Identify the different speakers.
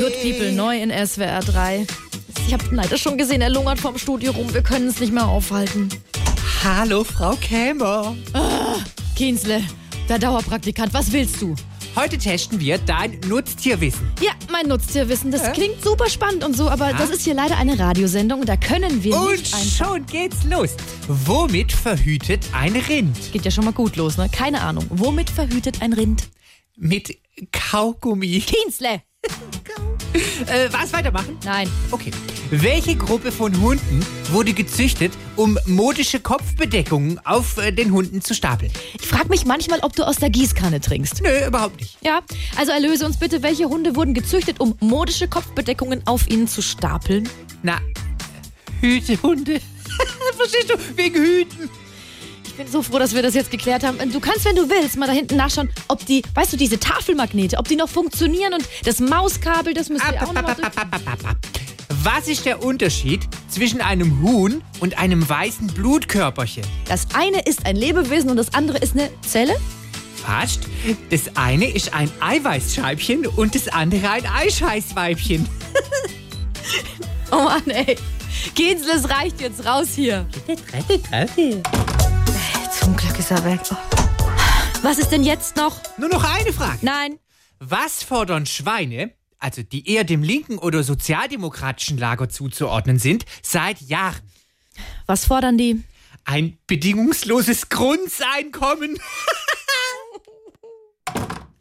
Speaker 1: Good People neu in SWR 3. Ich habe leider schon gesehen, er lungert vom Studio rum. Wir können es nicht mehr aufhalten.
Speaker 2: Hallo, Frau Kämer.
Speaker 1: Kienzle, der Dauerpraktikant, was willst du?
Speaker 2: Heute testen wir dein Nutztierwissen.
Speaker 1: Ja, mein Nutztierwissen, das klingt super spannend und so, aber das ist hier leider eine Radiosendung und da können wir
Speaker 2: Und
Speaker 1: nicht ein.
Speaker 2: schon geht's los. Womit verhütet ein Rind?
Speaker 1: Geht ja schon mal gut los, ne? Keine Ahnung. Womit verhütet ein Rind?
Speaker 2: Mit Kaugummi.
Speaker 1: Kienzle!
Speaker 2: Äh, was weitermachen?
Speaker 1: Nein.
Speaker 2: Okay. Welche Gruppe von Hunden wurde gezüchtet, um modische Kopfbedeckungen auf äh, den Hunden zu stapeln?
Speaker 1: Ich frage mich manchmal, ob du aus der Gießkanne trinkst.
Speaker 2: Nö, überhaupt nicht.
Speaker 1: Ja, also erlöse uns bitte, welche Hunde wurden gezüchtet, um modische Kopfbedeckungen auf ihnen zu stapeln?
Speaker 2: Na, Hütehunde. Verstehst du? Wegen Hüten.
Speaker 1: Ich bin so froh, dass wir das jetzt geklärt haben. Du kannst, wenn du willst, mal da hinten nachschauen, ob die, weißt du, diese Tafelmagnete, ob die noch funktionieren und das Mauskabel, das
Speaker 2: Ah,
Speaker 1: müssen wir auch noch mal durch.
Speaker 2: Was ist der Unterschied zwischen einem Huhn und einem weißen Blutkörperchen?
Speaker 1: Das eine ist ein Lebewesen und das andere ist eine Zelle?
Speaker 2: Fast. Das eine ist ein Eiweißscheibchen und das andere ein Eischeißweibchen.
Speaker 1: Oh Mann, ey. Gehens, das reicht jetzt raus hier. Zum Glück ist er weg. Oh. Was ist denn jetzt noch?
Speaker 2: Nur noch eine Frage.
Speaker 1: Nein.
Speaker 2: Was fordern Schweine, also die eher dem linken oder sozialdemokratischen Lager zuzuordnen sind, seit Jahren?
Speaker 1: Was fordern die?
Speaker 2: Ein bedingungsloses Grundeinkommen.